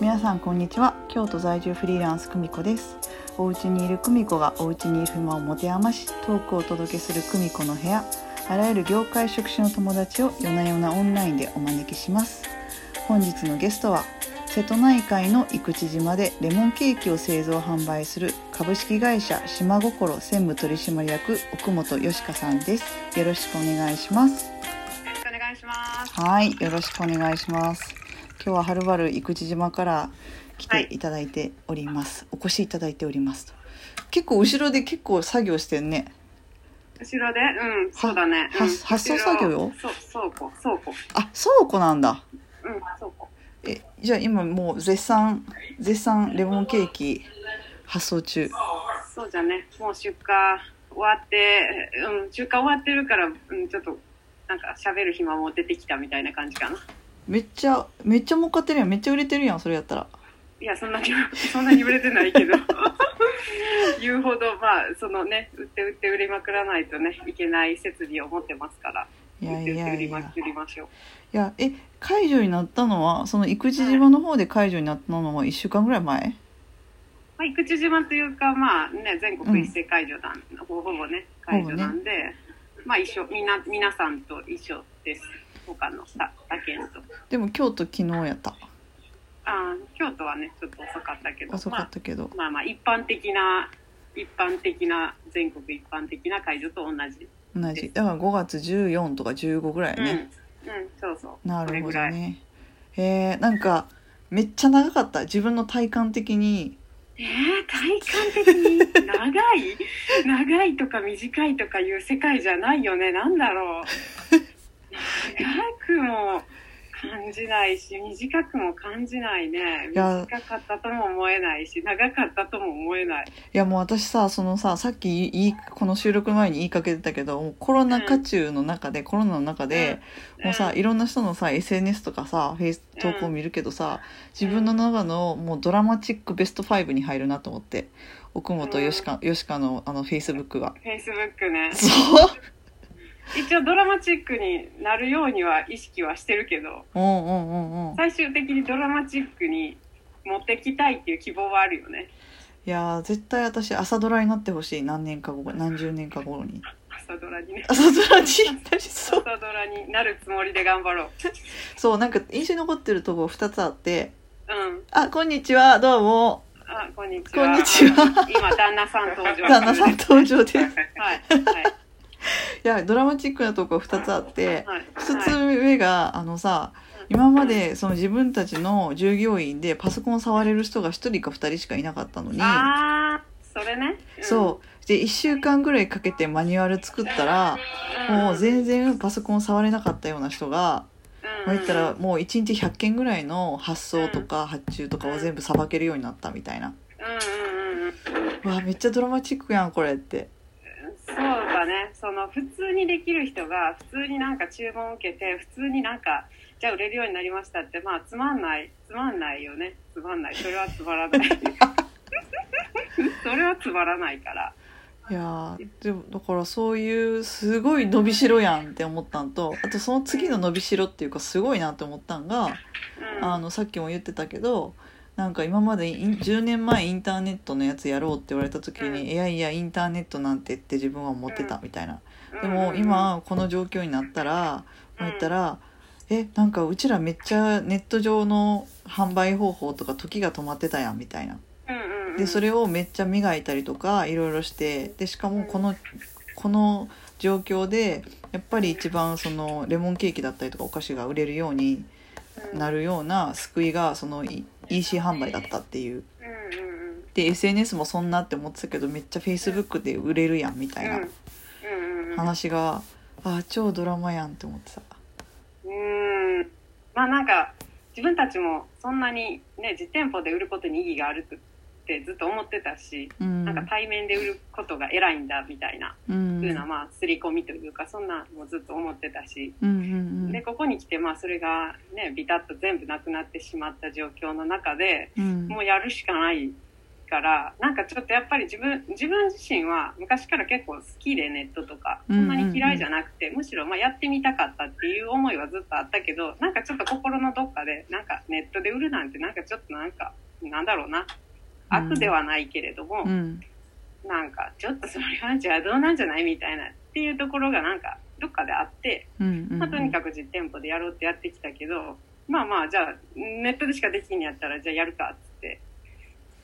皆さんこんにちは京都在住フリーランス久美子ですお家にいる久美子がお家にいる暇を持て余しトークをお届けする久美子の部屋あらゆる業界職種の友達を夜な夜なオンラインでお招きします本日のゲストは瀬戸内海の生口島でレモンケーキを製造販売する株式会社島心専務取締役奥本よしかさんですよろしくお願いしますよろしくお願いします。はいよろしくお願いします今日ははるばる生口島から来ていただいております、お越しいただいておりますと結構後ろで結構作業してんね後ろで、うん、そうだね。はうん発送作業よ後ろそう、倉庫、倉庫。あ倉庫なんだうん、倉庫。えじゃあ今もう絶賛絶賛レモンケーキ発送中そうじゃね。もう出荷終わって、うん、出荷終わってるから、うん、ちょっと、なんか喋る暇も出てきたみたいな感じかな。めっちゃめっちゃ儲かってるやんめっちゃ売れてるやんそれやったらいや、そんなに、 そんなに売れてないけど。 言うほど、まあ、そのね、売って売って売りまくらないとね、いけない設備を持ってますから、いや売っいて売っやて売いりまやくりましょう。いやえ解除になったのはその生口島の方で解除になったのは1週間ぐらい前まあ、生口島というか、まあね、全うん国一斉解除団、ほぼほぼね、解除なんで、まあ一緒、みんな、皆さんと一緒です。他の他他県と。でも京都昨日やったあー京都はね、ちょっと遅かったけど、遅かったけど、まあ、まあまあ一般的な、一般的な、全国一般的な解除と同じ。同じだから5月14とか15ぐらいね、うん。うん、そうそう。なるほそどれぐらい。ねえー、なんかめっちゃ長かった自分の体感的にえー、体感的に長い長いとか短いとかいう世界じゃないよね。なんだろう。長くも感じないし、短くも感じないね。いや短かったとも思えないし、長かったとも思えない。いやもう私さそのささっきいいこの収録前に言いかけてたけどもうコロナ禍中の中で、コロナの中で、もうさ、いろんな人のさ SNS とかさフェイス投稿見るけどさ、自分の中のもうドラマチックベスト5に入るなと思って奥本よしか,、よしかのあのフェイスブックが。フェイスブックね。 そう一応ドラマチックになるようには意識はしてるけど、うんうんうんうん最終的にドラマチックに持ってきたいっていう希望はあるよね。いやー絶対私朝ドラになってほしい何年か後何十年か頃に朝ドラにね。朝ドラになりそう朝ドラになるつもりで頑張ろう。そうなんか印象に残ってるとこ2つあってうん。 「あこんにちはどうもあ、こんにちは。こんにちは今、旦那さん登場。旦那さん登場です」いはい。はい。やドラマチックなとこ2つあってはい。一つはい目があのさ今ま、でその自分たちの従業員でパソコン触れる人が1人か2人しかいなかったのにああ、それね。そうで1週間ぐらいかけてマニュアル作ったらうん。もう全然パソコン触れなかったような人が、うまんあ、言ったらもう1日100件ぐらいの発送とか発注とかを全部さばけるようになったみたいなうんうんうんうん。うわめっちゃドラマチックやんこれってそうだね。その、普通にできる人が、普通になんか注文を受けて、普通になんか、じゃあ売れるようになりましたって、まあ、つまんない。つまんないよね。つまんない。それはつまらない。それはつまらないから。いやーでもだからそういうすごい伸びしろやんって思ったんとあとその次の伸びしろっていうかすごいなって思ったんがうん。あのさっきも言ってたけどなんか今までイン10年前インターネットのやつやろうって言われた時に、うんいやいやインターネットなんてって自分は思ってたみたいな、うんでも、今この状況になったら、まあ言ったらえなんかうちらめっちゃネット上の販売方法とか時が止まってたやんみたいなうんうんうん、でそれをめっちゃ磨いたりとかいろいろしてでしかもこのこの状況でやっぱり一番そのレモンケーキだったりとかお菓子が売れるようになるような救いがそのい EC 販売だったっていううんうんうん。で SNS もそんなって思ってたけどめっちゃ Facebook で売れるやんみたいなうんうんうん話があー超ドラマやんって思ってたうんうんまあなんか自分たちもそんなにね実店舗で売ることに意義があるってずっと思ってたし、うんなんか対面で売ることが偉いんだみたいな、ういんうのはまあ刷り込みというかそんなのもずっと思ってたし、うんうんでここに来てまあそれがねビタッと全部なくなってしまった状況の中でうんうんもうやるしかないからなんかちょっとやっぱり自分自分自身は昔から結構好きでネットとかうそんうんうんんなに嫌いじゃなくて、むしろまあやってみたかったっていう思いはずっとあったけどなんかちょっと心のどっかでなんかネットで売るなんてなんかちょっとなんかなんだろうなうん悪ではないけれども、うんなんかちょっとそれは邪道なんじゃないみたいなっていうところがなんかどっかであって。うんうんまあ、とにかく実店舗でやろうってやってきたけどまあまあじゃあネットでしかできんやったらじゃあやるかっつって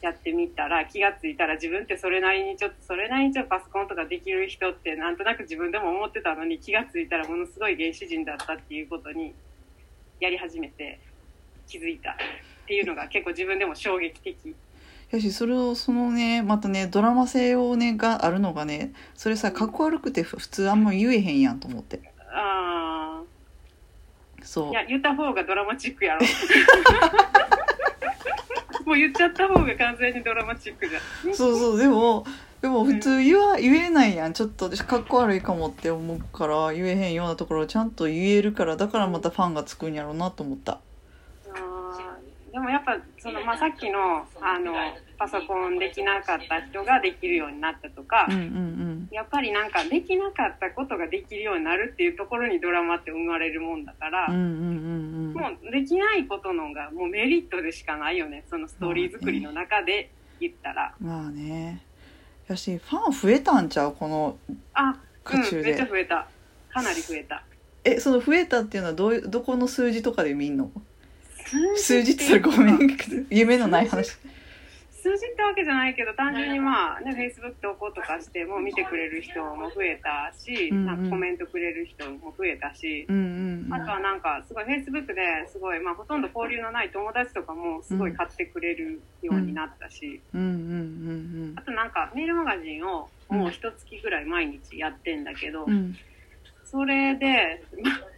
やってみたら気がついたら自分ってそれなりにちょっとそれなりにちょっとパソコンとかできる人ってなんとなく自分でも思ってたのに気がついたらものすごい原始人だったっていうことにやり始めて気づいたっていうのが結構自分でも衝撃的。やしそれをそのねまたねドラマ性をねがあるのがねそれさかっこ悪くてふ普通あんま言えへんやんと思ってあそーういや言った方がドラマチックやろ もう言っちゃった方が完全にドラマチックじゃんそうそうでもでも普通言わ言えないやんちょっとかっこ悪いかもって思うから言えへんようなところをちゃんと言えるからだからまたファンがつくんやろうなと思ったあーでもやっぱその、まあ、さっきのあのパソコンできなかった人ができるようになったとか、うんうんやっぱりなんかできなかったことができるようになるっていうところにドラマって生まれるもんだから、うんうんうんうんうんもうできないことの方がもうメリットでしかないよねそのストーリー作りの中で言ったら。まあねやしファン増えたんちゃうこのあうん渦中めっで、ちゃ増えたかなり増えた。えその増えたっていうのはどういうどこの数字とかで見んの数字ってい言うっかたらごめん夢のない話数字ってわけじゃないけど単純にまあねフェイスブック投稿とかしても見てくれる人も増えたし、うんうんなんかコメントくれる人も増えたし、うんうんうんあとはなんかすごいフェイスブックですごい、まあ、ほとんど交流のない友達とかもすごい買ってくれるようになったし、うんうんあとなんかメールマガジンをもう一月ぐらい毎日やってんだけど、うんうんうんそれで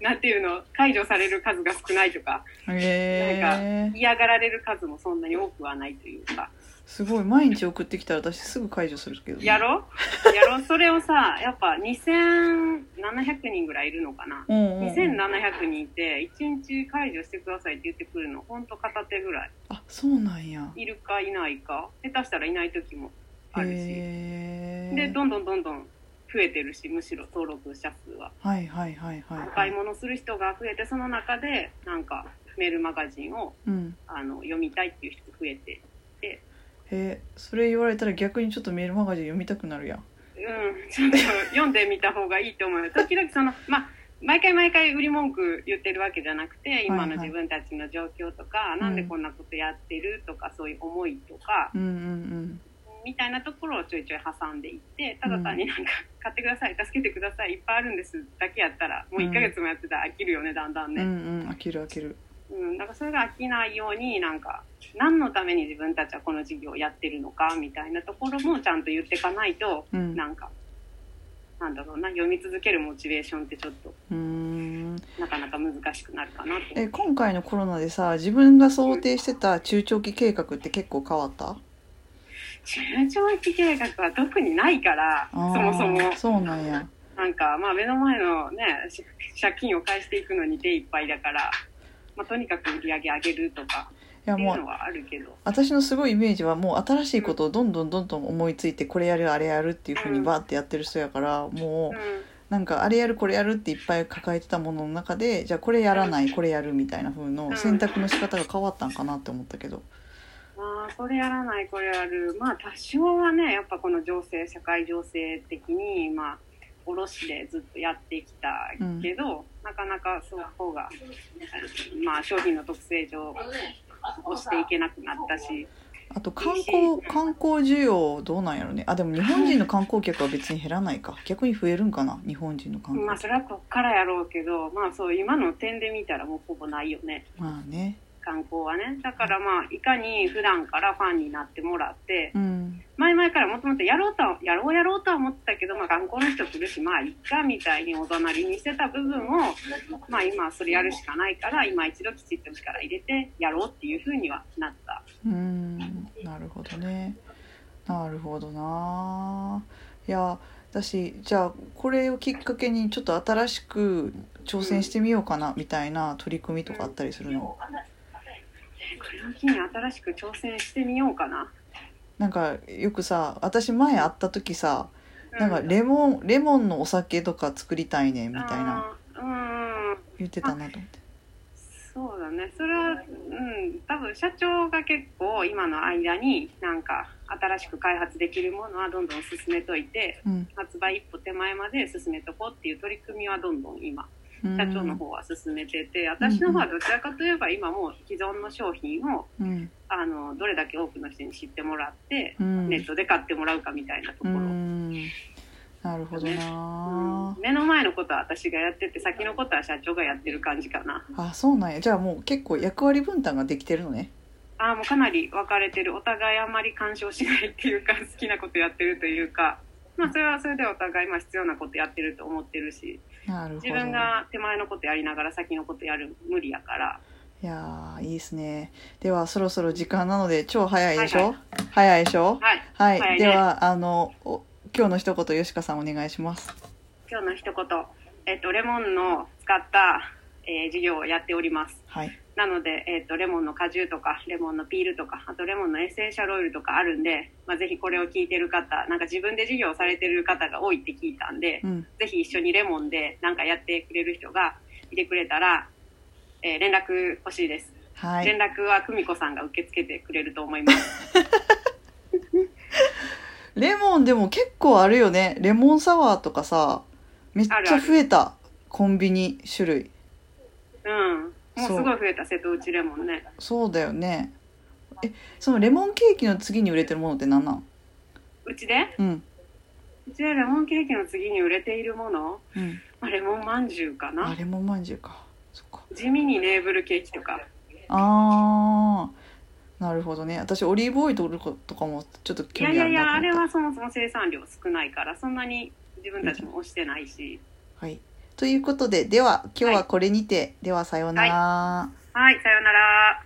なんていうの解除される数が少ないとかへえ嫌がられる数もそんなに多くはないというか。すごい毎日送ってきたら私すぐ解除するけどねやろやろそれをさやっぱ2700人ぐらいいるのかなうんうんうん2700人いて1日解除してくださいって言ってくるのほんと片手ぐらいあそうなんやいるかいないか下手したらいない時もあるしへでえどんどんどんどん増えてるしむしろ登録者数ははいはいはいはいおは買いい物する人が増えてその中でなんかメールマガジンをうんあの読みたいっていう人増えてへえそれ言われたら逆にちょっとメールマガジン読みたくなるやんうん、ちょっと読んでみた方がいいと思うよ。 時々その、まあ、毎回毎回売り文句言ってるわけじゃなくて、今の自分たちの状況とか、いなんでこんなことやってるとか、そういう思いとか、うんうんみたいなところをちょいちょい挟んでいって、ただ単になんか、買ってください、助けてください、いっぱいあるんですだけやったら、もう1ヶ月もやってたら飽きるよね、だんだんうんうね。んうん飽きる飽きるうん、だからそれが飽きないように、なんか、何のために自分たちはこの事業をやってるのか、みたいなところもちゃんと言っていかないと、うんなんか、なんだろうな、読み続けるモチベーションってちょっと、うーんなかなか難しくなるかなと。え今回のコロナでさ自分が想定してた中長期計画って結構変わった中長期計画は特にないから、そあーもそも、そうなんやなんか、まあ、目の前のね、し借金を返していくのに手いっぱいだから、まあ、とにかく売り上げ上げるとかいやっていもううのはあるけど、私のすごいイメージはもう新しいことをどんどんどんどん思いついてこれやるあれやるっていうふうにバーってやってる人やからもう、うんなんかあれやるこれやるっていっぱい抱えてたものの中でじゃあこれやらないこれやるみたいな風の選択の仕方が変わったんかなって思ったけどまあこれやらないこれやるまあ多少はねやっぱこの情勢社会情勢的にまあ卸でずっとやってきたけど、なかなかそう方がまあ商品の特性上押していけなくなったしあと観光観光需要どうなんやろねあでも日本人の観光客は別に減らないか逆に増えるんかな日本人の観まあ光それはこっからやろうけどまあそう今の点で見たらもうほぼないよねまあね観光はねだからまあいかに普段からファンになってもらって、うん前々からもともとやろうとはやろうやろうとは思ってたけど、まあ、頑固な人来るしまあいっかみたいにおざなりにしてた部分を、まあ、今それやるしかないから今一度きちっと力入れてやろうっていうふうにはなったうんなるほどねなるほどないや私じゃあこれをきっかけにちょっと新しく挑戦してみようかなみたいな取り組みとかあったりするのこれを機に新しく挑戦してみようかななんかよくさ私前会った時さうなんかレモンレモンのお酒とか作りたいねみたいなあーうんうん言ってたなと思ってそうだねそれはうん多分社長が結構今の間になんか新しく開発できるものはどんどん進めといてうん発売一歩手前まで進めとこうっていう取り組みはどんどん今うん社長の方は進めてて私の方はどちらかといえば今もう既存の商品をうんあのどれだけ多くの人に知ってもらってうんネットで買ってもらうかみたいなとこうろ。んなるほどな目の前のことは私がやってて先のことは社長がやってる感じかなあそうなんやじゃあもう結構役割分担ができてるのねああもうかなり分かれてるお互いあんまり干渉しないっていうか好きなことやってるというかまあそれはそれでお互いまあ必要なことやってると思ってるしなるほど自分が手前のことやりながら先のことやる無理やからいやーいいですねではそろそろ時間なので超早いでしょ、はいは早いでしょはいはい、早いでねはあのお今日の一言吉川さんお願いします今日の一言えっ、とレモンの使った、えー授業をやっておりますはいなので、えっとレモンの果汁とかレモンのピールとかあとレモンのエッセンシャルオイルとかあるんで、まあ、ぜひこれを聞いてる方なんか自分で授業をされてる方が多いって聞いたんで、うんぜひ一緒にレモンでなんかやってくれる人がいてくれたら、えー連絡欲しいです、はい連絡は久美子さんが受け付けてくれると思い ますレモンでも結構あるよねレモンサワーとかさめっちあるあゃる増えたコンビニ種類うんもうすごい増えた瀬戸内レモンねそうだよねえそのレモンケーキの次に売れてるものって何なんうちでうん、うちでレモンケーキの次に売れているもの、うん、まあ、レモンまんじゅうかあなレモンまんじゅうかそっか地味にネーブルケーキとかあーなるほどね私オリーブオイルとかもちょっとい興やい味あやるいやなとあれ思っはそもそも生産量少ないからそんなに自分たちも押してないし、たはいということででは今日はこれにて、ではさようなら、はいさようなら